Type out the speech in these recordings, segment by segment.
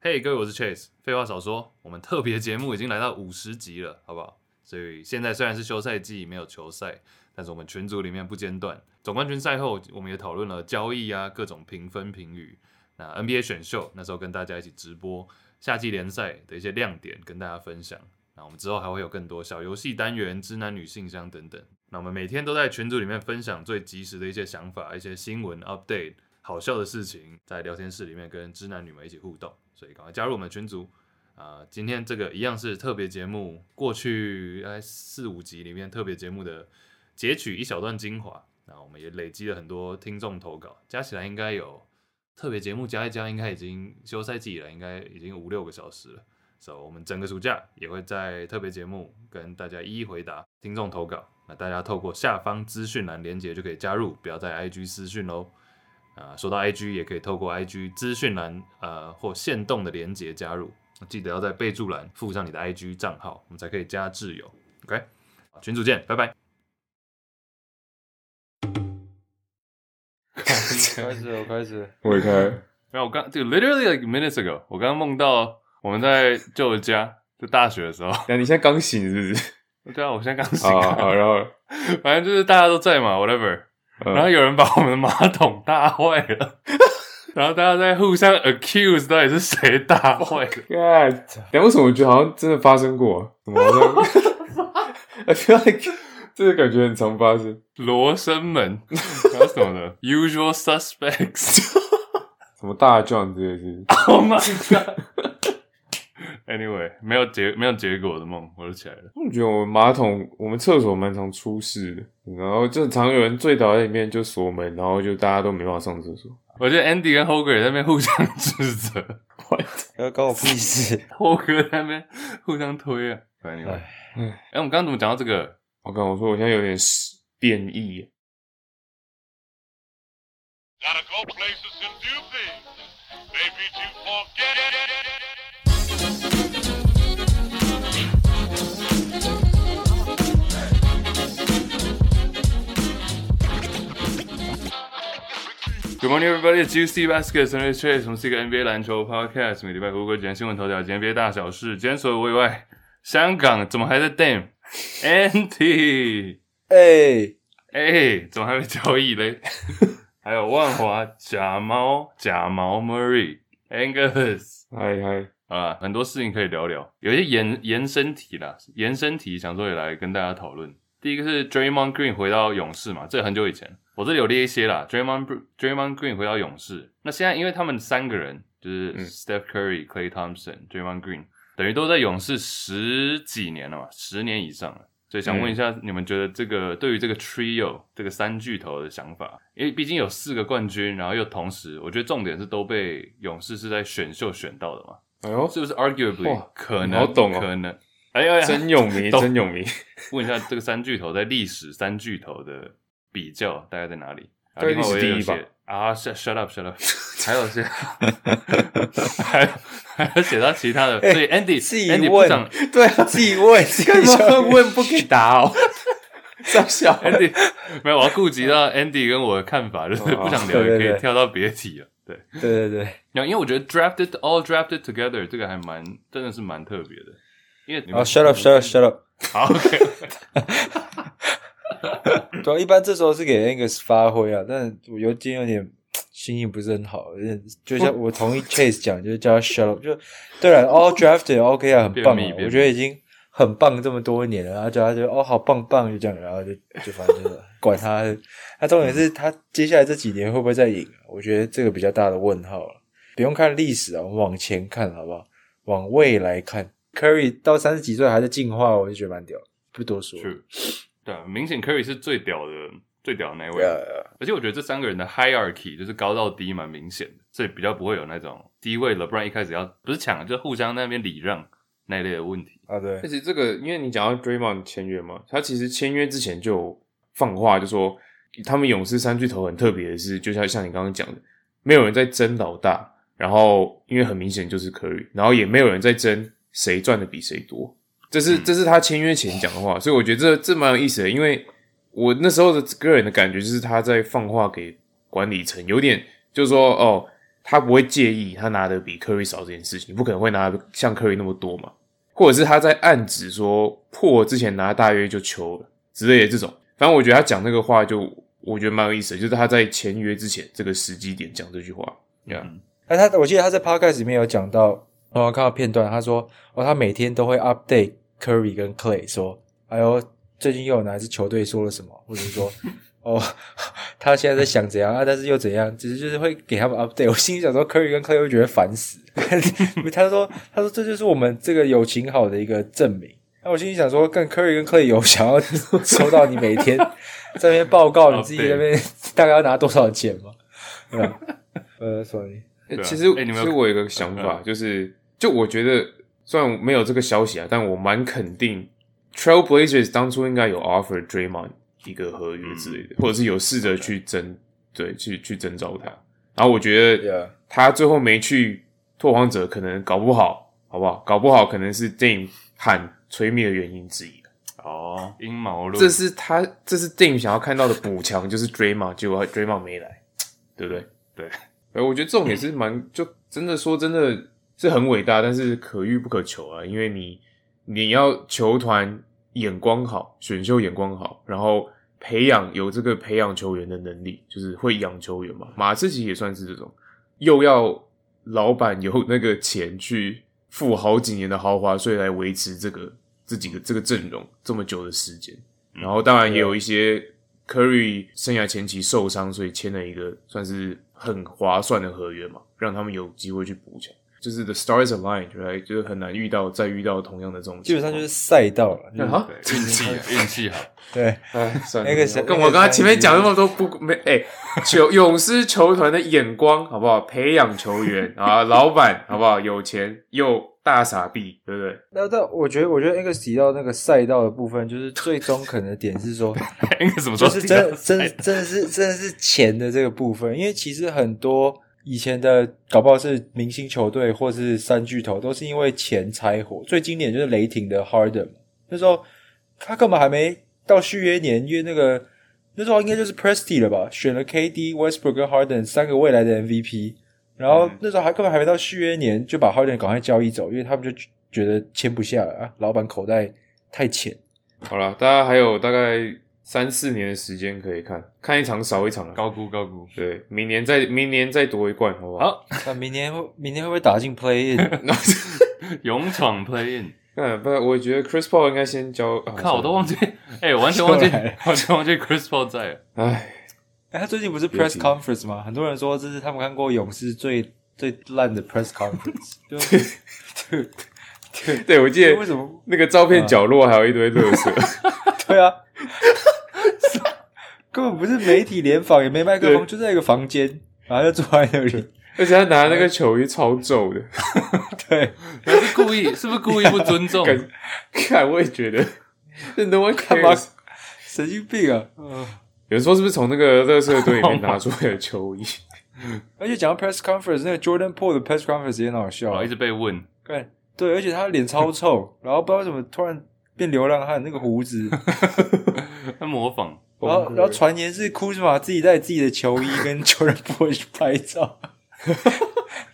嘿、各位，我是 Chase。废话少说，我们特别节目已经来到五十集了，好不好？所以现在虽然是休赛季，没有球赛，但是我们群组里面不间断。总冠军赛后，我们也讨论了交易啊，各种评分评语。那 NBA 选秀那时候跟大家一起直播夏季联赛的一些亮点，跟大家分享。那我们之后还会有更多小游戏单元、知男女信箱等等。那我们每天都在群组里面分享最及时的一些想法、一些新闻 update、好笑的事情，在聊天室里面跟知男女们一起互动，所以赶快加入我们的群组。啊、今天这个一样是特别节目，过去哎四五集里面特别节目的截取一小段精华，那我们也累积了很多听众投稿，加起来应该有特别节目加一加，应该已经休赛季以来应该已经五六个小时了。所以我们整个暑假也会在特别节目跟大家一一回答听众投稿。那大家透过下方资讯栏连接就可以加入，不要在 IG 私讯喽。啊，说到 IG，也可以透过 IG 资讯栏呃或限动的连接加入，记得要在备注栏附上你的 IG 账号，我们才可以加挚友。OK，好群主见，拜拜。开始了，我开始了。我也 看，没有，我刚这个 literally like minutes ago，我刚刚梦到我们在舅家，就大学的时候。 那你现在刚醒是 不是？对啊，我现在刚醒、啊啊，哦啊，然后，反正就是大家都在嘛，whatever。嗯然后有人把我们的马桶打坏了， 然后大家在互相 accuse 到底是谁打坏的。 God，但为什么我觉得好像真的发生过、啊？怎么好 像？I feel like 这个感觉很常发生。罗生门，还有什么的？Usual suspects 。 什么大壮之类的 Oh my god！Anyway，没有结没有结果的梦，我就起来了。我觉得我们马桶、我们厕所蛮常出事的，然后就常有人醉倒在里面就锁门，然后就大家都没办法上厕所。我觉得 Andy 跟 Hoger 也在那边互相指责要关我屁 事！ ，Hoger 在那边互相推啊。Anyway，哎、我们刚刚怎么讲到这个？我刚我说我现在有点失变异， Gotta go places and do things. Maybe to forget. Good morning, everybody. It's Juicy Basket. 我是 Chase，我们是一个 NBA 篮球 podcast，每礼拜五会讲新闻头条、今天 NBA 大小事。今天除了我以外，香港怎么还在 Dame？Andy，哎、哎、怎么还没交易嘞？ 还有万华假猫假毛 Murray Angus 嗨嗨，啊，很多事情可以聊聊，有一些延延伸题啦，延伸题想说也来跟大家讨论。第一个是 Draymond Green 回到勇士嘛，这很久以前，我这里有列一些啦。Draymond Br- Draymond Green 回到勇士，那现在因为他们三个人就是嗯 Steph Curry、Clay Thompson、Draymond Green，等于都在勇士十几年了嘛，十年以上了。所以想问一下，你们觉得这个对于这个 trio 这个三巨头的想法？因为毕竟有四个冠军，然后又同时，我觉得重点是都被勇士是在选秀选到的嘛，哎呦，是不是？Arguably 哇可能，好懂哦可能。哎呀，真有 名，懂真有名。 问一下这个三巨头在历史三巨头的比较大概在哪里？啊大概另外我也有历史第一写啊，shut shut up shut up，还有些，还有还有写到其他的，所哎以 Andy 自己 Andy 不问想对啊，自己问，自己干嘛就问 不给答哦？傻笑。 Andy 没有，我要顾及到 Andy 跟我的看法，就是不想聊哦也对对可以对跳到别题了。对，对对对，然后因为我觉得 drafted all drafted together 这个还蛮真的是蛮特别的，因为你们哦然后哦 shut up shut up shut up。好 OK 对啊，一般这时候是给 Angus 发挥啊，但我有今天有点心情不是很好，有点 就像我同意 Chase 讲，就是叫他 shut up。就对了，all drafted OK 啊，很棒便秘啊便，秘我觉得已经很棒这么多年了，然后叫他就哦好棒棒，就这样，然后就就反正就是管他。 那重点是他接下来这几年会不会再赢啊？我觉得这个比较大的问号了。不用看历史啊，我们往前看好不好？往未来看，Curry 到三十几岁还在进化，我就觉得蛮屌的，不多说。 true，对啊，明显 Curry 是最屌的最屌的那一位对，啊，而且我觉得这三个人的 hierarchy 就是高到低蛮明显的，所以比较不会有那种低位 LeBron 一开始要不是抢，啊就是互相那边礼让那一类的问题。啊对而，且这个，因为你讲到 Draymond 签约嘛，他其实签约之前就有放话，就说他们勇士三巨头很特别的是，就像像你刚刚讲的，没有人在争老大，然后因为很明显就是 Curry，然后也没有人在争谁赚的比谁多，这是嗯这是他签约前讲的话，所以我觉得这这蛮有意思的，因为我那时候的个人的感觉就是他在放话给管理层，有点就是说哦，他不会介意他拿的比科瑞少这件事情，不可能会拿得像科瑞那么多嘛。或者是他在暗指说破之前拿大约就球了之类的这种。反正我觉得他讲这个话就我觉得蛮有意思的，就是他在签约之前这个时机点讲这句话。对啊，那哎他我记得他在 podcast 里面有讲到，哦我看到片段，他说哦，他每天都会 update Curry 跟 Clay 说，哎呦，最近又有哪一支球队说了什么，或者 说哦，他现在在想怎样啊，但是又怎样，只是就是会给他们 update。我心里想说，Curry 跟 Clay 会觉得烦死。 他说他说这就是我们这个友情好的一个证明。那我心里想说，跟 Curry 跟 Clay 有想要收到你每 天在那边报告你自己在那边大概要拿多少钱吗？对吧？呃，sorry。欸对啊其实、欸你们有嗯其实我有一个想法，就是就我觉得虽然没有这个消息啊，但我蛮肯定 Trailblazers 当初应该有 offer Draymond 一个合约之类的，或者是有试着去征对去去征召他。然后我觉得 Yeah 他最后没去拓荒者，可能搞不好，好不好？搞不好可能是 Dame 喊吹灭的原因之一。哦，阴谋论，这是他，这是 Dame 想要看到的补强，就是 Draymond，结果他 Draymond 没来，对不对？对，哎，我觉得这种也是蛮，就真的说真的是很伟大，但是可遇不可求啊，因为你你要球团眼光好，选秀眼光好，然后培养有这个培养球员的能力，就是会养球员嘛。马刺奇也算是这种，又要老板有那个钱去付好几年的豪华税来维持这个这几个这个阵容这么久的时间，然后当然也有一些 Curry 生涯前期受伤，所以签了一个算是很划算的合约嘛，让他们有机会去补强。就是 the stars align，right？就是很难遇到再遇到同样的这种基情本况，上就是赛道了。就是啊，对运气啊运 气好，对，哎，算了，那个小跟我刚刚前面讲那么多不没哎，球 勇士球团的眼光好不好？培养球员啊，老板好不好？有钱又大傻逼，对不对？那但我觉得，我觉得 X 提到那个赛道的部分，就是最中肯的点是说，应该怎么说？ 就是 真真真的是真的是钱的这个部分，因为其实很多以前的搞不好是明星球队或是三巨头，都是因为钱拆伙。最经典就是雷霆的 Harden，那时候他根本还没到续约年，约那个那时候应该就是 Presty 了吧，选了 KD、Westbrook 跟 Harden 三个未来的 MVP，然后那时候还根本还没到续约年，就把 Harden 赶快交易走，因为他们就觉得签不下了啊，老板口袋太浅。好了，大家还有大概三四年的时间可以看，看一场少一场了。高估高估，对，明年再明年再夺一冠，好不好？好，那明年会明年会不会打进 Play in？勇闯 play in，嗯，不，我觉得 Chris Paul 应该先交。啊靠，我都忘记，哎，完全忘记又来了，完全忘记 Chris Paul 在了，算了哎，哎，他最近不是别 press 提 conference 吗？很多人说这是他们看过勇士最最烂的 press conference，就就就对我啊记就为得什么？那个照片角落还有一堆垃 圾。对啊， 根本不是媒体联访，也没麦克风，对就在一个房间，然后就坐在那里。而且他拿那个球衣超皱的， 对，他是故意，是不是故意不尊 重？感看我也觉得，这 no one 干嘛 cares。神经病啊！有人说是不是从那个垃圾堆里面拿出来的球 衣？而且讲到 press conference，那个 Jordan Poole 的 press conference 也很好笑然哦后啊一。直被问，干对，而且他脸超臭，然后不知道为什么突然变流浪汉，那个胡子。他模仿，然后，崩溃然后传言是库兹马自己带自己的球衣跟 球人不会去拍照。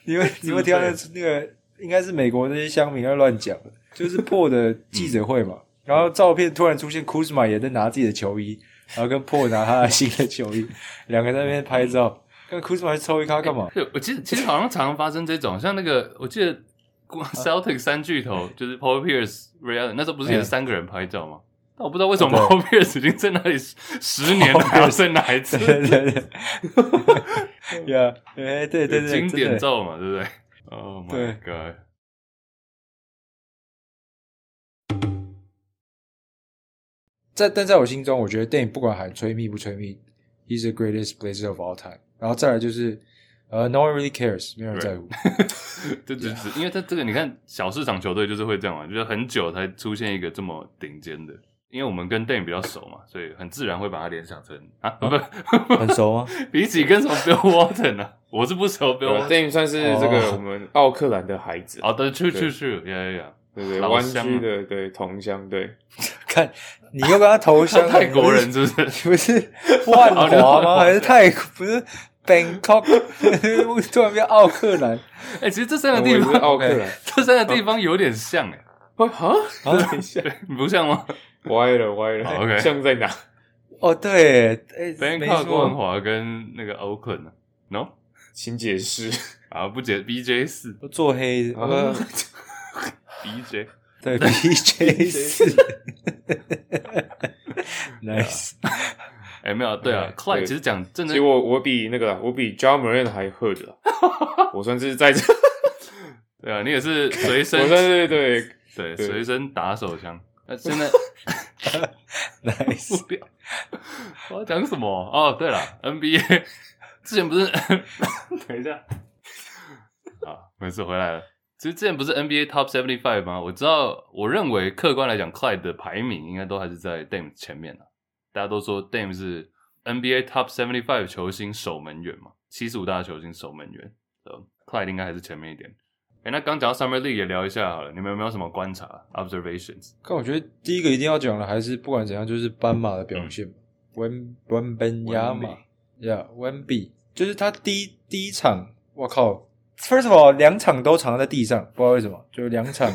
你们你们听到那那个应该是美国那些乡民在乱讲的，就是破的记者会嘛。然后照片突然出现库兹马也在拿自己的球衣，然后跟破拿他的新的球衣，两个在那边拍照。跟库兹马去抽一咖干 嘛？对，我其实其实好像常常发生这种，像那个我记得啊 Celtic 三巨头就是 Paul Pierce、Ray Allen，那时候不是也是嗯三个人拍照吗？但我不知道为什么哦对哦 Paul Pierce 已经在那里十十年了，还要再拿一次对对对 对，呀，哎对对对，经典真的照嘛，对不对？Oh 对 my god！在但在我心中，我觉得电影不管喊吹密不吹密，He's the greatest blazer of all time。然后再来就是，呃，No one really cares，没有人在乎。这只只因为他这个，你看小市场球队就是会这样嘛，就是很久才出现一个这么顶尖的。因为我们跟 Dame 比较熟嘛，所以很自然会把它联想成啊，不，哦很熟吗？比起跟什么 Bill Walton 啊，我是不熟 Bill 呃 Walton。 Dame 算是这个哦我们奥克兰的孩子，哦，对，true 对 true true，yeah yeah，对对，老湾乡区啊的对同乡对， 看你又跟他投降， 泰国人是不是？你不是万华吗？还是泰国？不是 Bangkok，突 然变奥克兰，哎、其实这三个我以地为 是方，奥克兰，这三个地方有点像哎、喂哈，啊等一下，你不 像吗歪了歪好了， ，OK 像在哪？哦对，哎、没？Bangkok 错万华跟那个 Oakland 呢？No 请解 释。啊，不解 BJ 四我做黑的，啊哦 我 BJ 对 BJ 四，nice，哎、没有对啊 OK， ，Clyde 对其实讲真的结，果我比那个啦，我比 John Moran 还 hurt，啦 我算是在这，对啊，你也是随我算身是对对对随身打手枪。那现 在 nice，不了，我要讲什么？哦，对了，NBA 之前不 是，等一下啊，没事回来了。其实之前不是 NBA Top Seventy Five 吗？我知道，我认为客观来讲，Clyde 的排名应该都还是在 Dame 前面的、大家都说 Dame 是 NBA Top Seventy Five 球星守门员嘛，七十五大球星守门员，呃，Clyde 应该还是前面一点。哎，那刚讲到 Summer League 也聊一下好了，你们有没有什么观察 observations？但我觉得第一个一定要讲的还是不管怎样，就是斑马的表现。温温本亚马呀，温比就是他第一第一场，我靠，first of all 两场都躺在地上，不知道为什么，就是两场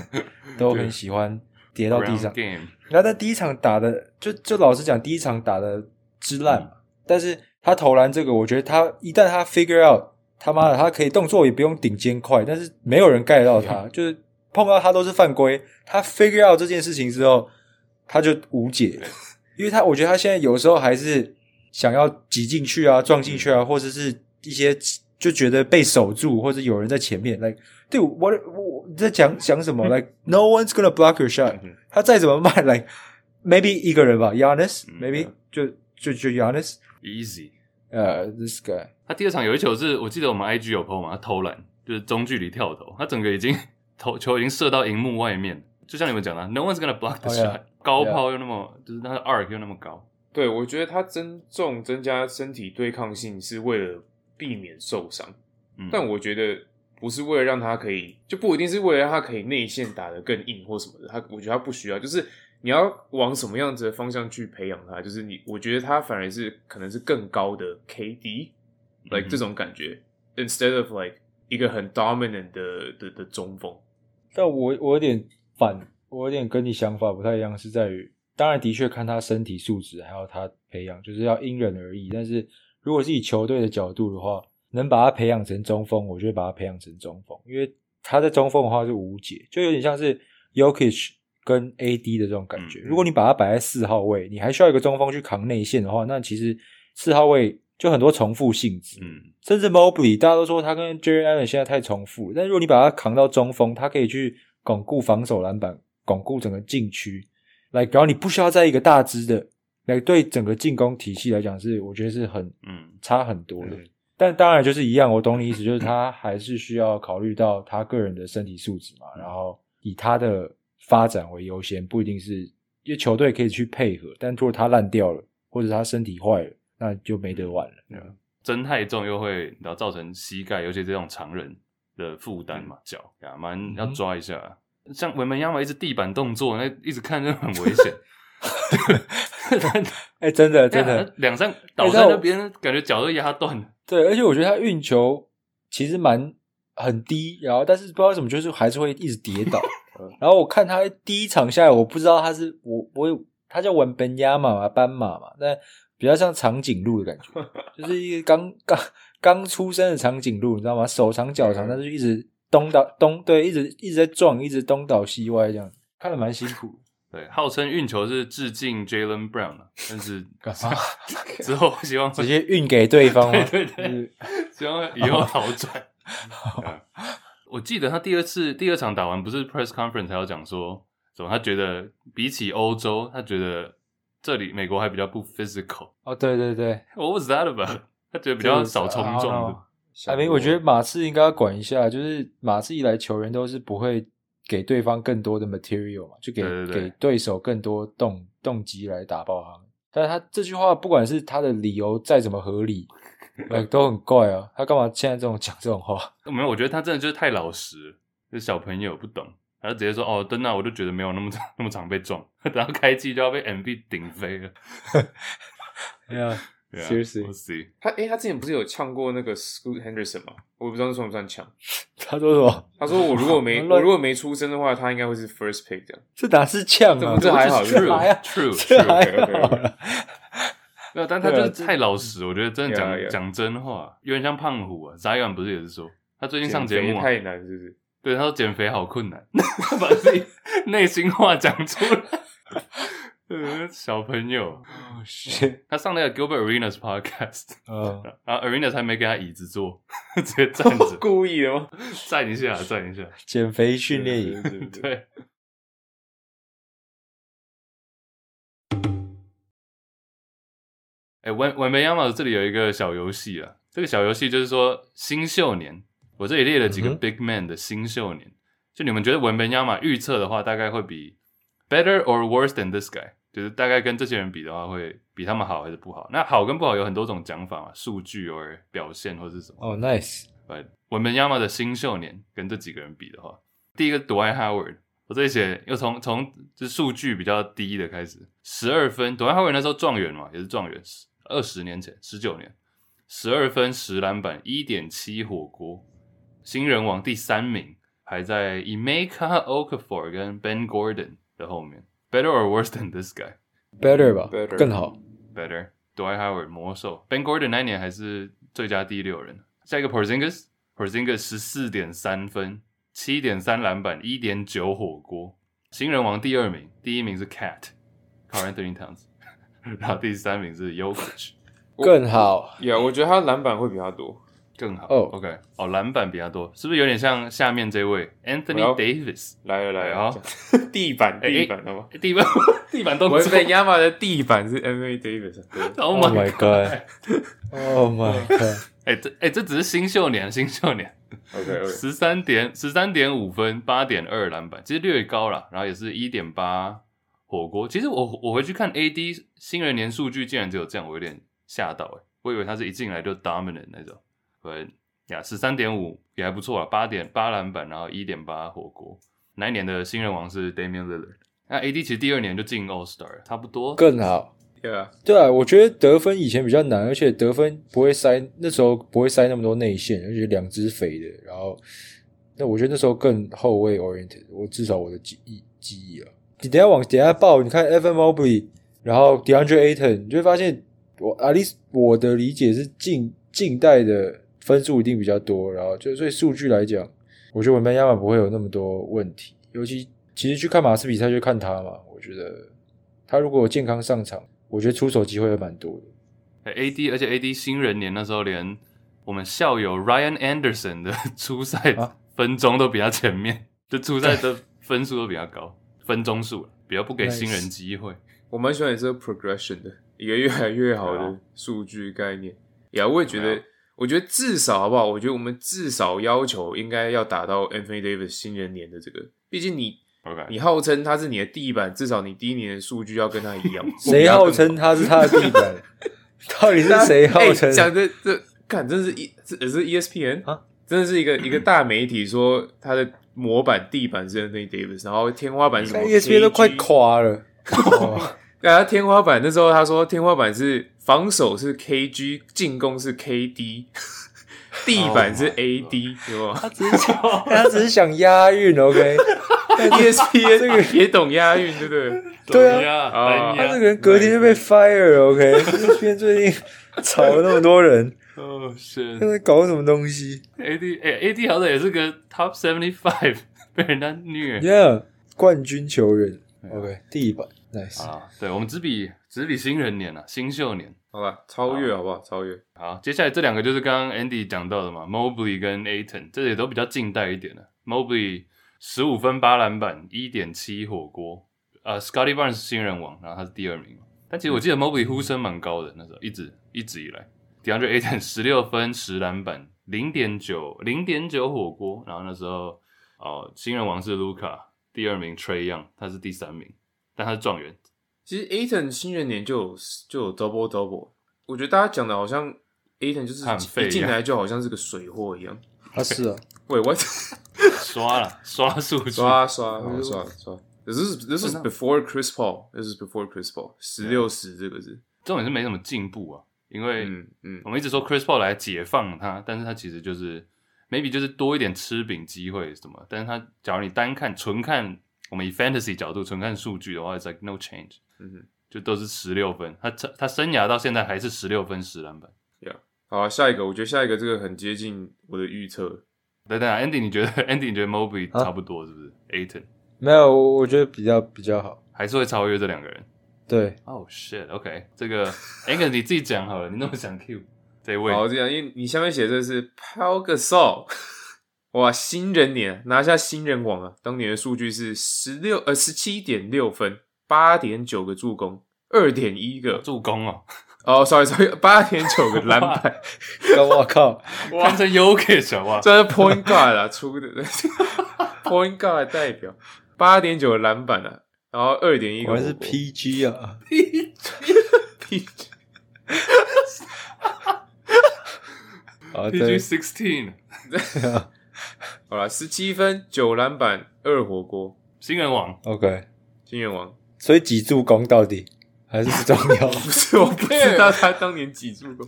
都很喜欢跌到地 Ground 上。 game，然后在第一场打的，就就老实讲，第一场打的之烂嘛。但是他投篮这个，我觉得他一旦他 figure out，他妈的，他可以动作也不用顶尖快，但是没有人盖到他，就是碰到他都是犯规。他 figure out 这件事情之后，他就无解了，因为他我觉得他现在有时候还是想要挤进去啊、撞进去啊，或者是一些就觉得被守住，或者有人在前面，like。对，我我你在讲讲什么？Like no one's gonna block your shot 嗯。他再怎么慢，like maybe 一个人吧嗯，Yanis，maybe 就就就 Yanis。 easy。呃，this guy，他第二场有一球是我记得我们 IG 有 PO 嘛，他投篮就是中距离跳投，他整个已经投球已经射到荧幕外面，就像你们讲的，No one's gonna block the Oh, shot，、 yeah. 高抛又那么就是他的 arc 又那么高，对，我觉得他增重增加身体对抗性是为了避免受伤，嗯，但我觉得不是为了让他可以，就不一定是为了让他可以内线打得更硬或什么的。他我觉得他不需要，就是你要往什么样子的方向去培养他，就是你，我觉得他反而是可能是更高的 KD，like、嗯这种感觉，instead of like 一个很 dominant 的的的中锋。但我我有点反，我有点跟你想法不太一样，是在于，当然的确看他身体素质，还有他培养，就是要因人而异。但是如果是以球队的角度的话，能把他培养成中锋，我就会把他培养成中锋，因为他在中锋的话是无解，就有点像是 Yokich、跟 AD 的这种感觉。嗯如果你把它摆在四号位，你还需要一个中锋去扛内线的话，那其实四号位就很多重复性质。嗯甚至 Mobley，大家都说他跟 Jerry Allen 现在太重复了，但如果你把他扛到中锋，他可以去巩固防守篮板，巩固整个禁区，来，然后你不需要在一个大支的，来对整个进攻体系来讲是，我觉得是很嗯差很多的。嗯但当然就是一样，我懂你意思，就是他还是需要考虑到他个人的身体素质嘛，然后以他的发展为优先，不一定是因为球队可以去配合，但如果他烂掉了，或者他身体坏了，那就没得玩了。真太重又会然后造成膝盖，尤其这种常人的负嗯担嘛，脚呀蛮要抓一下。像文门亚马一直地板动作，那一直看就很危险。哎、真的 真的，两三倒在那边，感觉脚都压断了。对，而且我觉得他运球其实蛮很低，然后但是不知道为什么就是还是会一直跌 倒嗯。然后我看他第一场下来，我不知道他是我我有他叫文本亚马嘛，斑马嘛，但比较像长颈鹿的感觉，就是一个刚刚刚出生的长颈鹿，你知道吗？手长脚长，嗯但是一直东倒东对，一直一直在撞，一直东倒西歪这样，看得蛮辛苦。对，号称运球是致敬 Jalen Brown 啊，但 是干 嘛？之后希望直接运给对方吗？嗯对对对就是 希望以后好 转。嗯我记得他第二次第二场打完，不是 press conference 还要讲说什么？他觉得比起欧洲，他觉得这里美国还比较不 physical。哦，对对对， What was that about？他觉得比较少冲撞就是 I don't 是 know 阿明，我觉得马刺应该要管一下，就是马刺以来球员都是不会给对方更多的 material 嘛，就给对对对给对手更多动动机来打爆他们。但是他这句话不管是他的理由再怎么合理，呃，都很怪啊。他干嘛现在这种讲这种话？没有，我觉得他真的就是太老实了，就是小朋友不懂，他就直接说哦，登纳我就觉得没有那么 那么常被撞，等到开机就要被 MB 顶飞了。对啊， Yeah, Seriously. we'll see. 他诶、他之前不是有呛过那个 Scoot Henderson 吗？我也不知道那算不算呛。他说什么？他说我如果没乱我如果没出声的话，他应该会是 first pick 这样。这哪是呛啊？这还好 Which is true, 这还好 true, 这 true. 还 OK，OK，OK 好啦。没有，但他对就啊是太老实，我觉得真的 Yeah, 讲 yeah. 讲真话，有点像胖虎啊。Zion 不是也是说，他最近上节减目肥啊，太难是不是？对，他说减肥好困难， 把自己内心话讲出来。 呃，小朋友， Oh shit！ 他上那个 Gilbert Arenas podcast，嗯，然后 Arenas 还没给他椅子坐， 直接站 着故意的吗？站一下，站一下。减肥训练营，对对对，哎、玩玩梅亚马这里有一个小游戏啊，这个小游戏就是说新秀年，我这里列了几个嗯哼 big man 的新秀年，就你们觉得文本亚马预测的话，大概会比 better or worse than this guy，就是大概跟这些人比的话，会比他们好还是不好？那好跟不好有很多种讲法嘛，数据或者表现或是什么。哦，nice， But 文本亚马的新秀年跟这几个人比的话，第一个 Dwight Howard，我这里写又从从就数据比较低的开始，十二分，Dwight Howard 那时候状元嘛，也是状元，二十年前，十九年，十二分，十篮板，一点七火锅，新人王第三名，排在 Emeka Okafor 跟 Ben Gordon 的后面，Better or worse than this guy？ better 吧 Better 更好。 Better。Dwight Howard 魔兽，Ben Gordon 那一年还是最佳第六人。下一个 Porzingis，Porzingis 十四点三分，七点三篮板，一点九火锅。新人王第二名，第一名是 Cat，c a r a n t h o n y Towns，然 后第三名是 Yokich，我更好。 Yeah，我觉得他篮板会比较多。更好。哦 OK，哦，篮板比较多，是不是有点像下面这位 Anthony 我要 Davis？来了来哎好了， 地板哎地板好吗？地板 地板动作文本亚马的地板是 M A Davis，对啊 ，Oh Oh my my God！ Oh my god！哎、这哎、这只是新秀年，新秀年。 OK OK，十三点十三点五分，八点二篮板，其实略高了，然后也是一点八火锅。其实我我回去看 AD 新人年数据，竟然只有这样，我有点吓到哎、我以为他是一进来就 dominant 那种。对呀，十三点五也还不错啊，八点八篮板，然后一点八火锅。那一年的新人王是 Damian Lillard，那 AD 其实第二年就进 All Star，了差不多。更好。 Yeah，对啊，我觉得得分以前比较难，而且得分不会塞，那时候不会塞那么多内线，而且两只肥的，然后那我觉得那时候更后卫 oriented，我至少我的记忆记忆啊。你等一下往等一下报，你看 Evan Mobley，然后 DeAndre Ayton，你就会发现我 at least 我的理解是近近代的分数一定比较多，然后就所以数据来讲，我觉得文班亚马不会有那么多问题，尤其其实去看马刺比赛就看他嘛，我觉得他如果有健康上场，我觉得出手机会也蛮多的。哎 AD，而且 AD 新人年那时候连我们校友 Ryan Anderson 的 初赛啊分钟都比他前面，就初赛的分数都比较高，分钟数比较不给 Nice 新人机会。我蛮喜欢你这个 progression 的，一个越来越好对的啊数据概念。呀，我也觉对啊得，我觉得至少好不好？我觉得我们至少要求应该要达到 Anthony Davis 新人年的这个，毕竟你 OK，你号称他是你的地板，至少你第一年的数据要跟他一样。 谁号称他是他的地板？ 到底是谁号称哎？讲的这看，真是一这这是 E ESPN 啊，真的是一个一个大媒体说他的模板地板是 Anthony Davis，然后天花板是什么看 E ESPN 都快 KG 垮了。哦对啊，天花板那时候他说天花板是防守是 KG，进攻是 KD，地板是 Oh my AD，、有吗 他只是想押韵，OK？ ？ESPN 这个 也懂押韵，对不对？对啊呀，啊他这个人隔天就被 fire，OK？ESPN 最近吵了那么多 人，哦是他在搞什么东西 AD，哎、a d 好歹也是个 Top Seventy Five，被 人家虐。 ？Yeah，冠军球员，OK？地板，nice。啊，对，我们只比只比新人年啊，新秀年。好吧，超越好不好？超越。好，接下来这两个就是刚刚 Andy 讲到的嘛，Mobley 跟 Aton，这也都比较近代一点的。Mobley 十五分八篮板，一点七火锅。呃，Scotty Barnes 是新人王，然后他是第二名嘛。但其实我记得 Mobley 呼声蛮高的，那时候一直一直以来。DeAndre Aton 十六分十篮板，零点九零点九火锅。然后那时候哦、新人王是 Luca，第二名 Trey Young，他是第三名，但他是状元。其实 Aton 新人年就有就有 double double，我觉得大家讲的好像 Aton 就是很废一一样进来就好像是个水货一样。啊，是啊， 喂，what？刷了刷数据，刷啊哦刷刷刷。This 啊 is this is before Chris Paul. This is before Chris Paul. 十六十这个是重点是没什么进步啊。因为嗯嗯我们一直说 Chris Paul 来解放他，但是他其实就是 maybe 就是多一点吃饼机会什么，但是他假如你单看纯看我们以 fantasy 角度纯看数据的话，it's like no change，嗯哼，就都是十六分，他他生涯到现在还是十六分十篮板。好啊，下一个，我觉得下一个这个很接近我的预测，等等啊，Andy 你觉得 Andy 你觉得 Mobley 啊差不多是不是？Aton 没有，我我觉得比较比较好。还是会超越这两个人 对， ？Oh shit，OK，、这个 Angus 你自己讲好了，你那么想 Q 这位哦好，这样，因为你下面写的是 Pau Gasol，哇，新人年拿下新人王啊！当年的数据是十六呃十七点六分，八点九个助攻，二点一个助攻哦，哦，sorry sorry，八 点九个篮板，我靠，哇看成 Yokic 好不好？这是 Point Guard 啊出的 Point Guard 代表，八点九个篮板啊，然后二点一个果然是火锅 PG 啊！ PG 啊，对 PG，sixteen 好了，十七分九篮板二火锅，新人王。 OK，新人王。 所以几助攻到底还是不重要不是，我不知道他当年几助攻。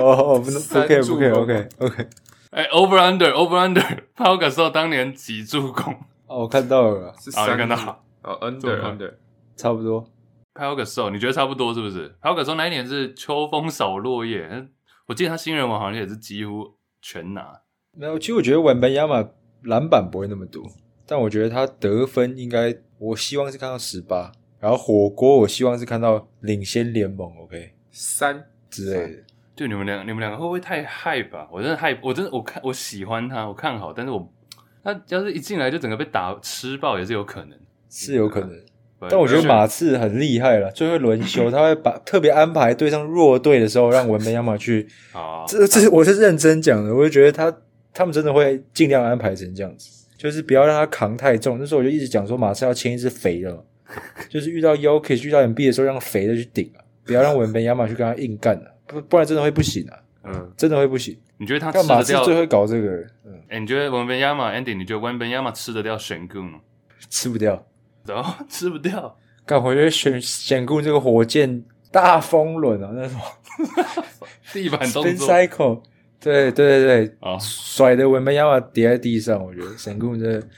哦，不能不三可以助不可以攻，OK OK，哎、o v e r under over under，帕 格索当年几助攻？哦，我看到了，是三啊，你看个到好哦这，under 么快 under，差不多。帕格索，你觉得差不多是不是？帕格索那一年是秋风扫落叶，嗯我记得他新人王好像也是几乎全拿。没有，其实我觉得晚班亚马篮板不会那么多，但我觉得他得分应该，我希望是看到十八，然后火锅我希望是看到领先联盟 OK 三之类的。就你们两，你们两个会不会太害吧？我真的害，我真的我看我喜欢他，我看好，但是我他要是一进来就整个被打吃爆也是有可能。是有可啊能， But- 呃但我觉得马刺很厉害了，最后轮休他会把特别安排对上弱队的时候，让文班亚马 去。好，这这我是认真讲的，我就觉得他他们真的会尽量安排成这样子，就是不要让他扛太重。那时候我就一直讲说，马刺要签一只肥的嘛，就是遇到 Yokic 遇到 MB 的时候，让肥的去顶啊，不要让文本亚马去跟他硬干啊，不不然真的会不行啊，嗯，真的会不行。你觉得他但吃马得刺掉？最会搞这个，嗯，哎、你觉得文本亚马 Andy？你觉得文本亚马吃得掉神棍吗？ 吃不掉。然后吃不掉，干，我觉得选选顾这个火箭大风轮啊，那什么地板动 spin 作 cycle，对对对对，哦啊，甩的文班亚马跌在地上，我觉得神棍真的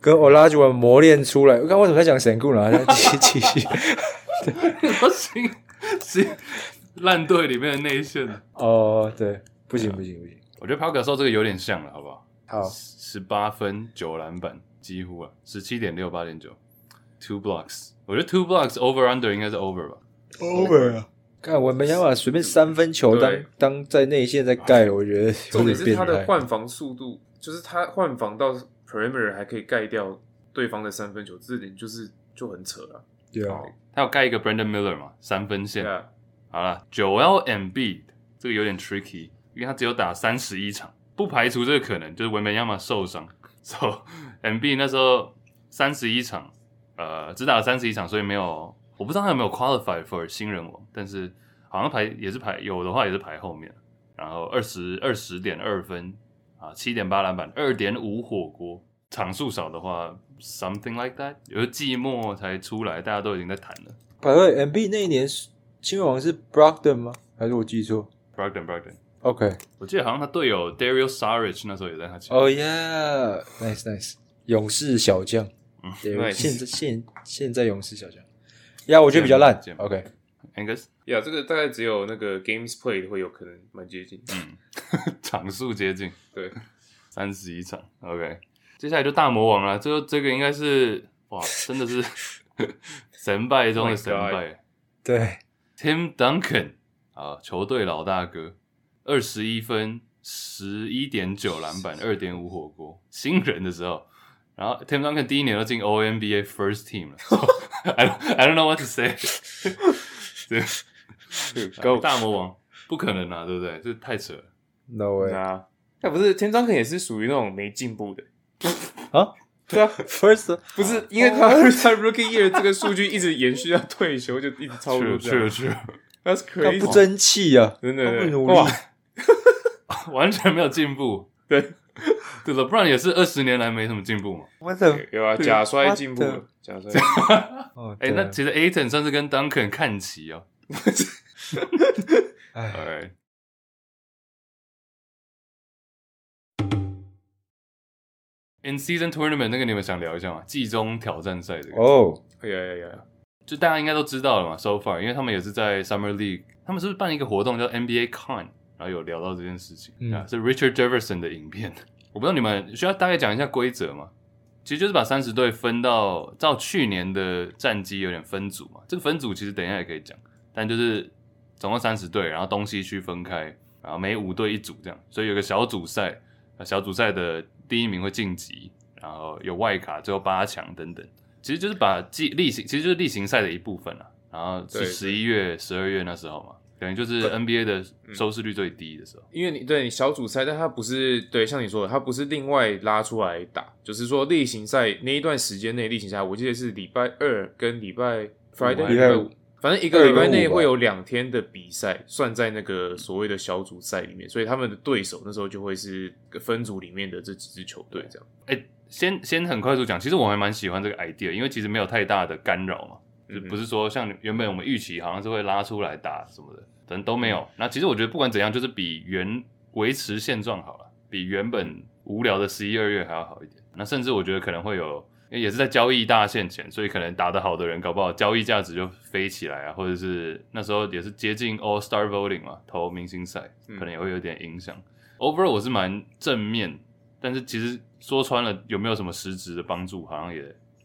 跟 Olajuwon 磨练出来。我看为什么在讲神棍了？好像继继 续 不行，是烂队里面的内线。啊哦，对，不行不行不行，我觉得 p a u 这个有点像了，好不好？好，十八分九篮板，几乎啊，十七点六八点九，two blocks。我觉得 two blocks over under 应该是 over 吧。 over 啊！看文班亚马随便三分球当对当在内线在盖，我觉得有重点点是变他的态。换防速度，就是他换防到 perimeter 还可以盖掉对方的三分球，这点就是就很扯了。对啊，他有盖一个 Brandon Miller 嘛，三分线。对啊，好了，九 L M B 这个有点 tricky，因为他只有打三十一场，不排除这个可能就是文本亚马受伤。So M B 那时候三十一场，呃，只打了三十一场，所以没有，我不知道他有没有 qualify for 新人王，但是好像排也是排有的话也是排后面。然后二十二十点二分啊，七点八篮板，二点五火锅，场数少的话，something like that。有时候季末才出来，大家都已经在谈了。百位 MB 那一年是新人王是 Brogdon 吗？还是我记错 Brogdon Brogdon。 ？OK，我记得好像他队友 Dario Saric 那时候也在他前面。哦 yeah，nice nice，勇士小将嗯，对， nice 现在现现在勇士小将，呀，我觉得比较烂见。吧 OK， Angus 呀，这个大概只有那个 games play 会有可能蛮接近。 场数接近对， 三十一场。OK，接下来就大魔王了。最后这个应该是哇，真的是神败中的神 My 败。对， Tim Duncan 啊，球队老大哥，二十一分，十一点九篮板，二点五火锅，新人的时候。然后 Tim Duncan 第一年就进 O N B A First Team 了 So, I don't I don't know what to say 对。 Go 大魔王不可能啊，对不对？这太扯了。 No way！ 啊，那不是天章肯也是属于那种没进步的。啊啊，对啊， First， 不是因为他 他 rookie year 这个数据一直延续到退休，就一直超过 True 这样 true。true， That's 他 crazy，不争气啊，真的他不真的努力哇， 完全没有进步。对 对，LeBron 也是二十年来没什么进步嘛。我的有啊，假摔进步 了，假摔。哦，哎、对啊那其实 Aton 算是跟 Duncan 看齐哦。哎， Alright，In season tournament 那个你们想聊一下吗？季中挑战赛这个哦，哎呀呀呀！就大家应该都知道了嘛，so far，因为他们也是在 Summer League，他们是不是办一个活动叫 NBA Con，然后有聊到这件事情，嗯啊，是 Richard Jefferson 的影片， 我不知道你们需要大概讲一下规则吗？其实就是把三十队分到照去年的战绩有点分组嘛，这个分组其实等一下也可以讲，但就是总共三十队，然后东西区分开，然后每五队一组这样，所以有个小组赛，呃小组赛的第一名会晋级，然后有外卡，最后八强等等。其实就是把季例行，其实就是例行赛的一部分啦。啊然后是对十一月、十二月那时候嘛，等于就是对嗯 NBA 的收视率最低的时候。因为你对你小组赛，但它不是对像你说的，它不是另外拉出来打，就是说例行赛那一段时间内，例行赛我记得是礼拜二跟礼拜 Friday 礼拜五五，反正一个礼拜二跟内五吧会有两天的比赛，算在那个所谓的小组赛里面，所以他们的对手那时候就会是分组里面的这几支球队这样。哎、先先很快速讲，其实我还蛮喜欢这个 idea，因为其实没有太大的干扰嘛，就嗯不是说像原本我们预期好像是会拉出来打什么的，等都没有。那其实我觉得不管怎样，就是比原维持现状好了，比原本无聊的十一二月还要好一点。那甚至我觉得可能会有，因为也是在交易大限前，所以可能打得好的人，搞不好交易价值就飞起来啊，或者是那时候也是接近 All Star Voting 嘛，投明星赛，嗯可能也会有点影响。Overall 我是蛮正面但是其实说穿了，有没有什么实质的帮助，好像也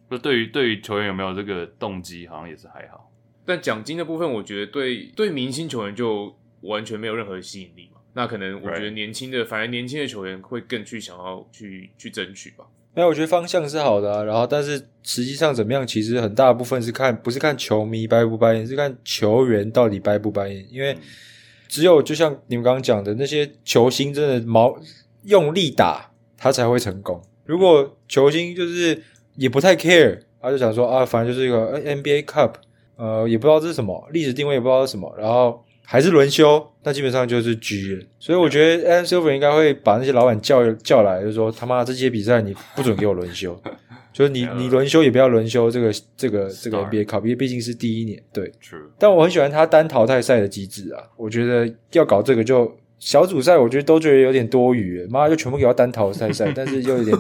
就对于对于球员有没有这个动机，好像也是还好。但奖金的部分，我觉得对对明星球员就完全没有任何吸引力嘛。那可能我觉得 Right 年轻的，反而年轻的球员会更去想要去去争取吧。没有，我觉得方向是好的、啊，然后但是实际上怎么样，其实很大部分是看不是看球迷掰不掰，是看球员到底掰不掰，因为嗯只有就像你们刚刚讲的，那些球星真的毛用力打，他才会成功。如果球星就是也不太 care，他就想说啊，反正就是一个呃 NBA Cup，呃，也不知道这是什么，历史定位也不知道是什么，然后还是轮休，那基本上就是 G 了。所以我觉得 Adam Silver 应该会把那些老板叫叫来，就说他妈这些比赛你不准给我轮休，就是你你轮休也不要轮休这个这个这个 Star NBA Cup，因为毕竟是第一年，对。 True，但我很喜欢他单淘汰赛的机制啊，我觉得要搞这个就小组赛，我觉得都觉得有点多余了，妈就全部给他单淘汰赛，但是又有点，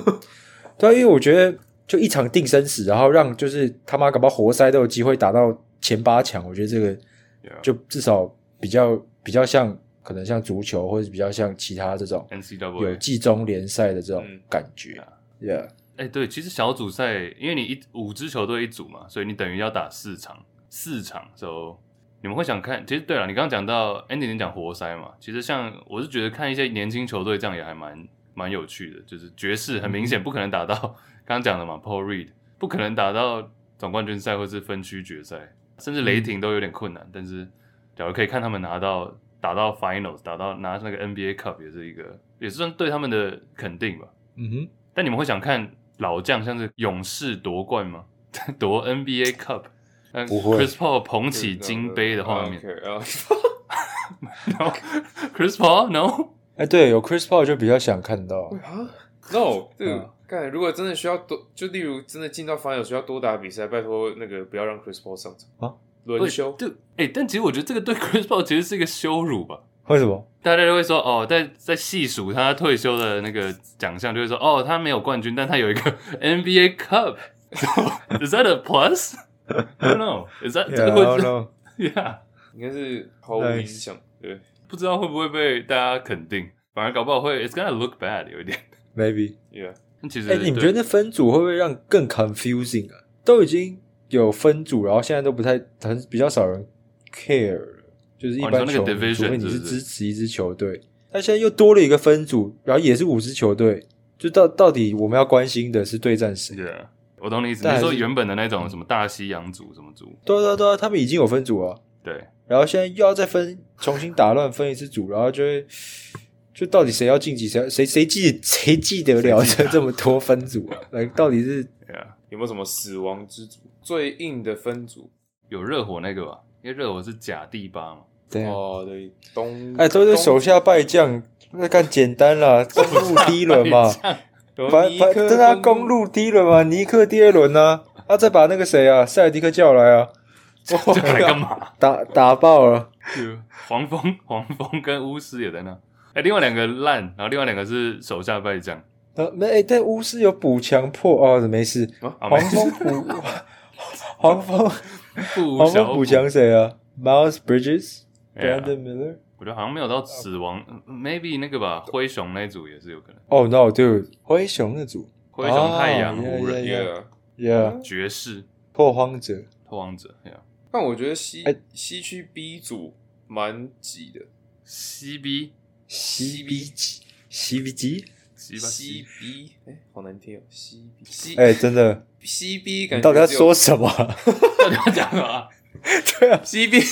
对啊，因为我觉得就一场定生死，然后让就是他妈搞不好活塞都有机会打到前八强，我觉得这个 Yeah 就至少比较比较像可能像足球或者比较像其他这种有 NCAA。季中联赛的这种嗯感觉，Yeah，哎、对，其实小组赛，因为你一五支球队一组嘛，所以你等于要打四场，四场，so 你们会想看。其实对了，你刚刚讲到 Andy 你讲活塞嘛，其实像我是觉得看一些年轻球队这样也还蛮蛮有趣的，就是爵士很明显不可能打到刚刚讲的嘛，Paul Reed 不可能打到总冠军赛或是分区决赛，甚至雷霆都有点困难。但是，假如可以看他们拿到打到 Finals，打到拿那个 NBA Cup，也是一个也是算对他们的肯定吧。嗯哼。但你们会想看老将像是勇士夺冠吗？ 夺 NBA Cup？嗯不会，Chris Paul 捧起金杯的画面 I。don't care，啊 No，Chris Paul，No，哎，对，有 Chris Paul 就比较想看到， 啊，no，这 嗯个干，如果真的需要多，就例如真的进到 final 需要多打比赛，拜托那个不要让 Chris Paul 上场啊，轮休。对，哎、但其实我觉得这个对 Chris Paul 其实是一个羞辱吧。为什 么？大家都会说哦，在在细数他退休的那个奖项，就会说哦，他没有冠军，但他有一个 NBA Cup。Is that a plus? I don't know. Is that 这 Yeah, 个 I don't 会 know. Yeah. 应该是毫无 Nice 影响。对，不知道会不会被大家肯定，反而搞不好会 it's gonna look bad 有一点。 Maybe. 也但其实，哎、你们觉得分组会不会让更 confusing 啊？都已经有分组，然后现在都不太很比较少人 care，了就是一哦般你说球那个迷， division，除非你是是不是支持一支球队，但现在又多了一个分组，然后也是五支球队，就到到底我们要关心的是对战谁？对啊，我懂你意思。但你还是说原本的那种什么大西洋组什么组，对啊对啊对啊，他们已经有分组了，对，然后现在又要再分，重新打乱分一次组，然后就会。就到底谁要晋级，谁要谁谁记谁记得了这这么多分组啊？来，到底是对啊，有没有什么死亡之组最硬的分组？有热火那个吧，因为热火是假第八嘛，对啊哦，对，东哎，都是东手下败将，那干简单 啦，公路第一轮嘛， 有反尼反克真的啊跟公路第一轮嘛，尼克第二轮呢、啊，再把那个谁啊，塞尔迪克叫来啊，这个来干嘛？打打爆了，就黄蜂、黄蜂跟巫师也在那。哎、另外两个烂，然后另外两个是手下败将。呃，没、欸，但巫师有补强破哦，没事，啊，黄没事蜂补， 黄蜂不黄小蜂补强谁啊？Miles Bridges、哎呀 Brandon Miller。我觉得好像没有到死亡嗯，maybe 那个吧，灰熊那一组也是有可能。 Oh no, dude！灰熊那组灰熊、太阳、哦湖人、 Yeah, Yeah， ，Yeah，爵士、拓荒者，拓荒者，哎呀，但我觉得西哎西区 B 组蛮挤的，西 B 西比吉，西比吉，西吧西西 B，哎、好难听哦，西 B 西哎，真的，西 B 感你觉到底要只有说什么？到底要讲什么啊？ 对啊， C B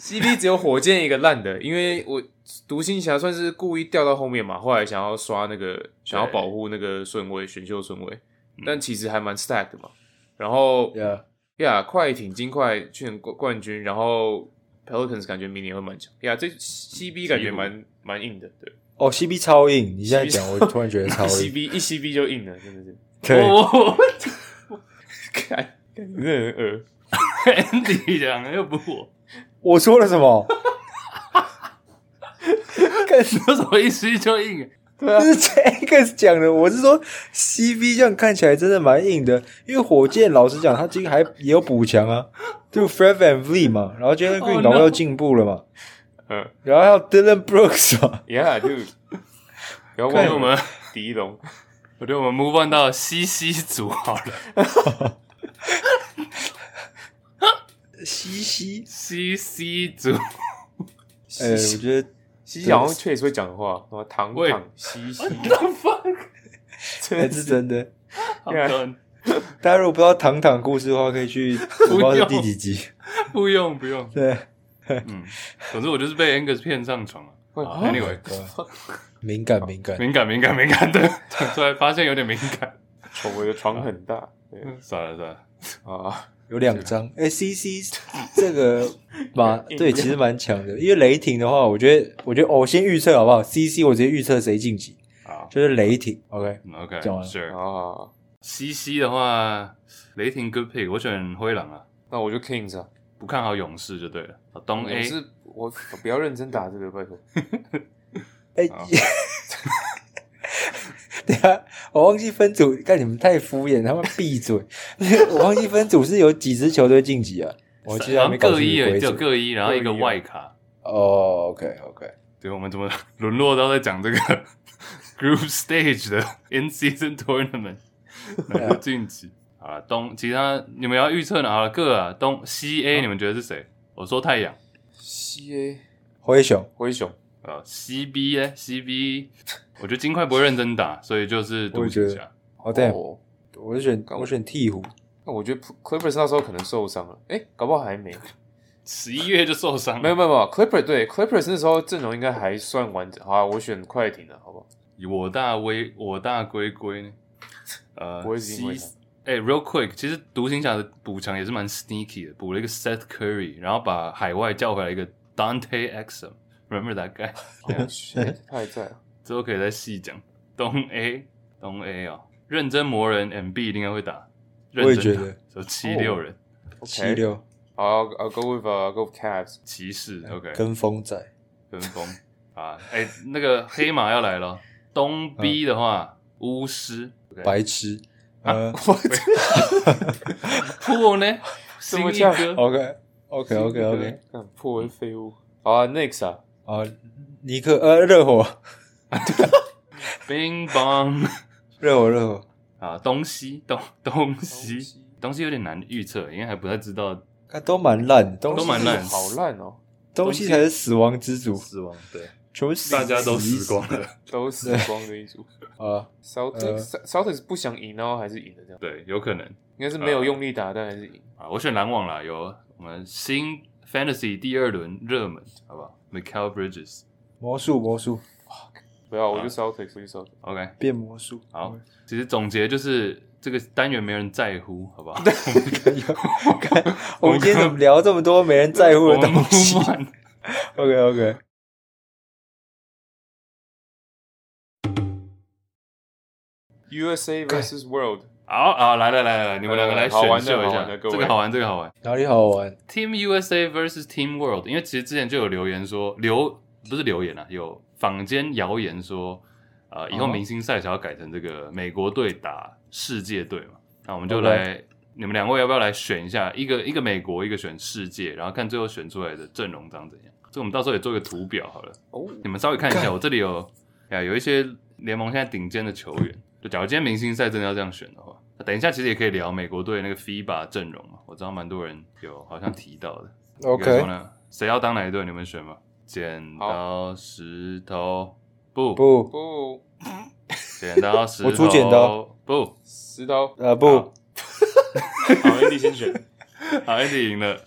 C B 只有火箭一个烂的，因为我独行侠算是故意掉到后面嘛，后来想要刷那个，想要保护那个顺位选秀顺位，但其实还蛮 stack 的嘛。然后呀，呀，快艇、金块去年冠冠军，然后 Pelicans 感觉明年会蛮强。呀，这 C B 感觉蛮蛮硬的，对哦，西比超硬，你现在 CB 讲，我突然觉得超，C 硬， B 一 C B 就硬了，真的是， 对，哦看，看你这人恶。 ，Andy 讲又不我， 我说了 什么？干有什么一西就 硬？啊这是 Jack 讲的，我是说 CB 这样看起来真的蛮硬的，因为火箭老实讲，他今天还也有补强啊，就 Fred Van Vliet 嘛，然后 Jalen Oh, Green no. 搞不到进步了嘛，哦嗯然后还有 Dylan Brooks 嘛， ，Yeah，就 不要我忘觉得了我们，迪龙。 我觉得我们 move on 到西西组好了。西西，西西组，哎、我觉得西西好像确实会讲话，什么糖喂糖西 西，还、真的是是真的。好的，大家如果不知道糖糖故事的话，可以去我不知道是第几集。不用不用，对嗯，总之我就是被 Angus 骗上床了。喂好啊 Anyway， 敏感敏感，敏感敏感 敏感的，讲出来发现有点敏感。床我的床很大，对算了算了，啊，有两张。哎、c C 这个 蛮硬对，其实蛮强的。因为雷霆的话，我觉得，我觉得、哦、我先预测好不好？C C 我直接预测谁晋级，好就是雷霆。OK， ，OK，讲完了 Sure，啊，西西的话，雷霆 Good Pick，我选灰狼啊，那我就 Kings 啊，不看好勇士就对了。好东我 A 是我我不要认真打这个，拜托，哎、好 等一下，我忘记分组，看你们太敷衍，他们闭嘴。 我忘记分组是有几支球队晋级啊？我记得还好没像搞各清一楚而已，规只有则。各一，然后一个各一啊外卡。哦，OK，OK、o k OK，对，我们怎么沦落到在讲这个 Group Stage 的 In Season Tournament，然后啊晋级。好了，东其他你们要预测哪？好了，各啊东西 A，你们觉得是谁？我说太阳。西 A 灰熊灰熊，呃，CB 呢？CB，我觉 得金块不会认真打，所以就是独行我也觉侠。哦，对，哦我是选我选鹈鹕，那我觉得 Clippers 那时候可能受伤了，哎，搞不好还没，十一月就受伤了，没有没有没有，Clippers 对 Clippers 那时候阵容应该还算完整，好啊，我选快艇的好不好？我大威，我大龟龟呢？呃不，会是因为他西，哎、r e a l quick，其实独行侠的补强也是蛮 sneaky 的，补了一个 Seth Curry，然后把海外叫回来一个 Dante Exum，remember that guy？哦 shit，他还在啊，之后可以再细讲。东 A，东 A 哦，认真磨人，MB 应该会打，认我也真觉打得，哦有七六人，七 OK 六好，I'll I'll go with uh go with Cavs，骑士，OK，哎跟风仔，跟风啊，哎、那个黑马要来了，东嗯 B 的话，巫师，白痴，啊 呃破哦 呢，怎新么一叫哥， ，OK OK OK 嗯 OK，干破为废物，好啊，Next 啊。啊，尼克呃热火冰棒热火热火，啊，东西东东东西西东西有点难预测，因为还不太知道看都蛮烂，东都蛮烂好烂哦，东西才是死亡之组，死亡，对，全部死大家都死光了，都死光的一组。啊， Celtics Celtics 不想赢，然后还是赢了，这样对，有可能应该是没有用力打，但还是赢。啊，我选篮网啦，有我们新 Fantasy 第二轮热门，好不好？Michael Bridges，OK，、魔术魔术不要，我啊就 Celtics，我就 Celtics。变魔术，好，其实总结就是这个单元没人在乎，好不 好？我们今天怎么聊这么多没人在乎的东西我们 ？OK OK， USA vs World，好好，来来来来，你们两个来选呃好玩的秀一好下玩的，各位这个好玩，这个好玩。哪里好玩？ Team USA vs Team World，因为其实之前就有留言说留不是留言啊，有坊间谣言说，呃，以后哦明星赛想要改成这个美国队打世界队嘛，那我们就来你们两位要不要来选一下，一个一个美国，一个选世界，然后看最后选出来的阵容长怎样？这我们到时候也做个图表好了，哦，你们稍微看一下，我这里有呀有一些联盟现在顶尖的球员，就假如今天明星赛真的要这样选的话，那等一下其实也可以聊美国队那个 FIBA 阵容嘛，我知道蛮多人有好像提到的。有什 OK，么呢？谁要当哪一队？你们选吧。剪刀石头布，不，不，剪刀石头我出剪刀布。石头，呃，不，好好，Andy 先选。好，Andy 赢 了。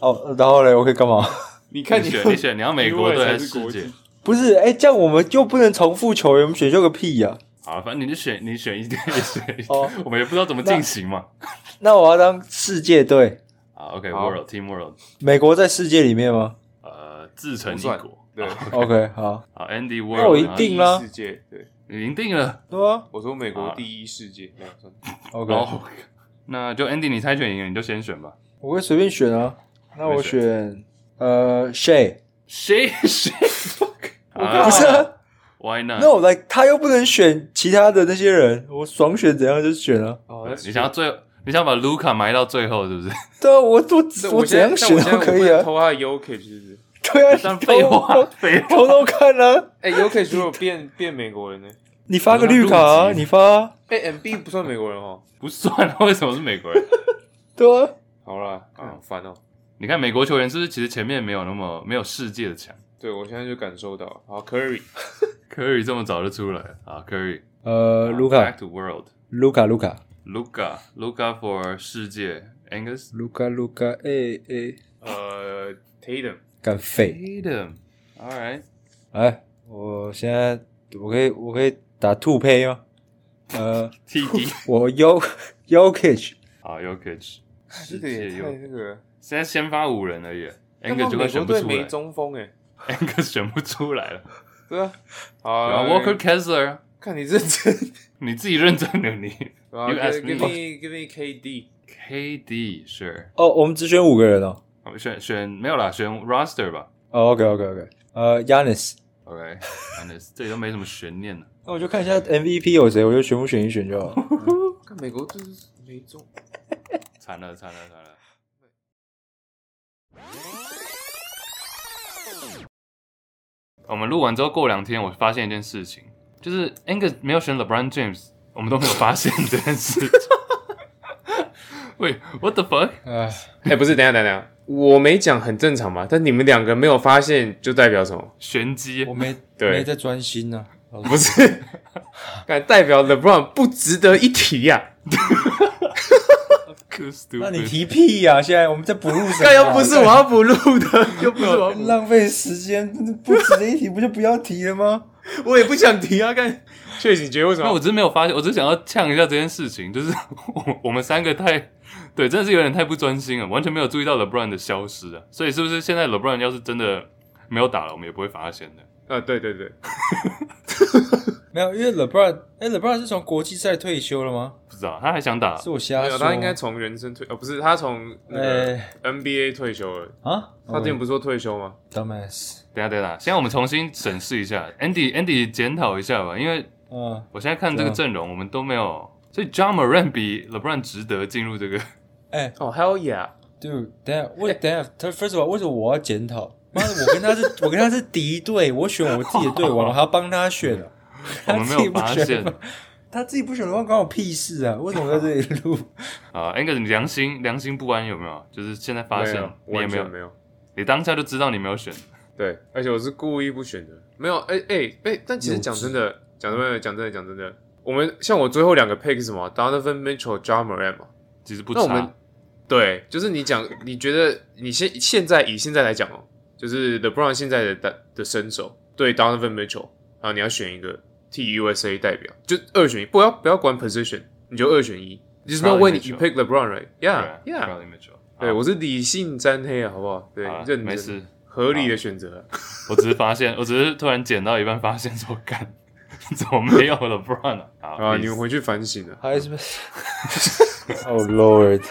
哦，然后嘞，我可以干嘛？ 你看 你你选，你选，你要美国队还才是是世国界际？？不是，哎、这样我们又不能重复球员，我们选秀个屁呀、好，反正你就选，你选一队，你选一队哦。我们也不知道怎么进行嘛。那我要当世界队，好好，OK，World Team World，美国在世界里面吗呃，自成一不算国。对， ？OK，好，好，Andy 那我一 World，定啦第一世界，对，你赢定了。对啊我说美国第一世界，没有算，OK，、哦，那就 Andy 你猜拳赢了，你就先选吧。我可以随便选啊。那我随选呃 Shay，谁 谁 fuck？不是、啊啊？ ，Why not？那我来，他又不能选其他的那些人，我爽选怎样就选啊。哦对你想要最，你想把卢卡埋到最后，是不是？ 对啊，我我那我怎现在样但选都我现在可我不以能啊。偷他的 Yoke 是不是？对啊，但你废话偷，废话。偷偷看啊， 哎，Yoke 如果变变美国人呢？你发个绿卡我让他入啊，籍你发、啊，哎，MB 不算美国人哦。不算啊，为什么是美国人？ 对啊，好啦，啊好烦哦。你看美国球员是不是其实前面没有那么没有世界的强对，我现在就感受到。好，Curry， ？Curry 这么早就出来了啊，Curry 呃，卢，Back 卡， to World。卢卡，卢卡， Luca Luca for 世界，Angus 卢卡，卢卡，哎、哎，呃，Tatum，干废！ Tatum。All right，哎，我现在我可以我可以打兔胚吗？呃， t d 我 Yo Yokich 好 y o k i c 这世个也界太又那个了。啊现在先发五人而已，Angus 干嘛就快美国选不队出没来中锋哎。 ，Angus 选不出来了。对啊， 好然后 Walker Kessler， 看你认真。 你自己认真的你啊 You ask give give me. me give me KD， ，KD sure。哦，我们只选五个人哦。我们选选没有啦，选 roster 吧。哦，OK OK OK，呃，Yanis， OK，反 正这里都没什么悬念了。那我就看一下 MVP 有谁，我就全部选一选就好了。看美国队是没中。惨了惨了惨了！我们录完之后过两天，我发现一件事情，就是 Angus 没有选 LeBron James，我们都没有发现这件事情。 喂，What the fuck？哎，哎，不是，等一下等一下，我没讲很正常嘛，但你们两个没有发现，就代表什么？玄机我没 对没在专心呢、啊。不是， 敢代表 LeBron 不值得一提啊呀、 ，too 那你 stupid。提屁呀、现在我们在补录什么、啊刚要不是我 要补录的，又不是我要补，浪费时间，不值得一提，不就不要提了吗？我也不想提啊。干，确实你觉得为什那我么？只是没有发现，我只是想要呛一下这件事情，就是 我我们三个太对，真的是有点太不专心了，完全没有注意到 LeBron 的消失啊。所以是不是现在 LeBron 要是真的没有打了，我们也不会发现的？啊，对对对，没有，因为 LeBron，哎、l e b r o n 是从国际赛退休了吗？不知道他还想打，是我瞎没说有，吗？他应该从人生退，哦，不是，他从那个哎 NBA 退休了。啊，他之前不是说退休吗？ dumbass，等一下等一下，现在我们重新审视一下，Andy Andy 检讨一下吧，因为嗯，我现在看这个阵容，我们都没有，所以 John Moran 比 LeBron 值得进入这个。哎、哦，Hell yeah！ d u d e 等哎一下，为等一下，他 first of all，为什么我要检讨？妈的，我跟他是， 我跟他是敌对，我选我自己的队 王，我还要帮他选啊？嗯我他们没自有己发不现选吗，他自己不选的话，关我屁事啊！为什么我在这里录？啊、a n g u s 你良心良心不安有没有？就是现在发现你没有，也完没全有，没有。你当下就知道你没有选。对，而且我是故意不选的。没有，哎哎哎，但其实讲真的，讲真的，讲真的，讲真的，我们像我最后两个 pick 是什么？Donovan Mitchell、j a m a r a n 嘛。其实不那我们差，对，就是你讲，你觉得你现现在以现在来讲哦，就是 LeBron 现在的的的身手对 Donovan Mitchell，然后你要选一个替 USA 代表，就二选一，不要不要管 position，你就二选一。There's no Probably way 你 you Mitchell pick LeBron right? Yeah, 对 yeah. ，Bradley Mitchell 对，好我是理性沾黑啊，好不好？对，啊好了认真没事，合理的选择啊。我只是发现，我只是突然剪到一半发现说，干怎么没有 LeBron 啊？啊！ peace 你们回去反省啊！啊还有什么？Oh Lord！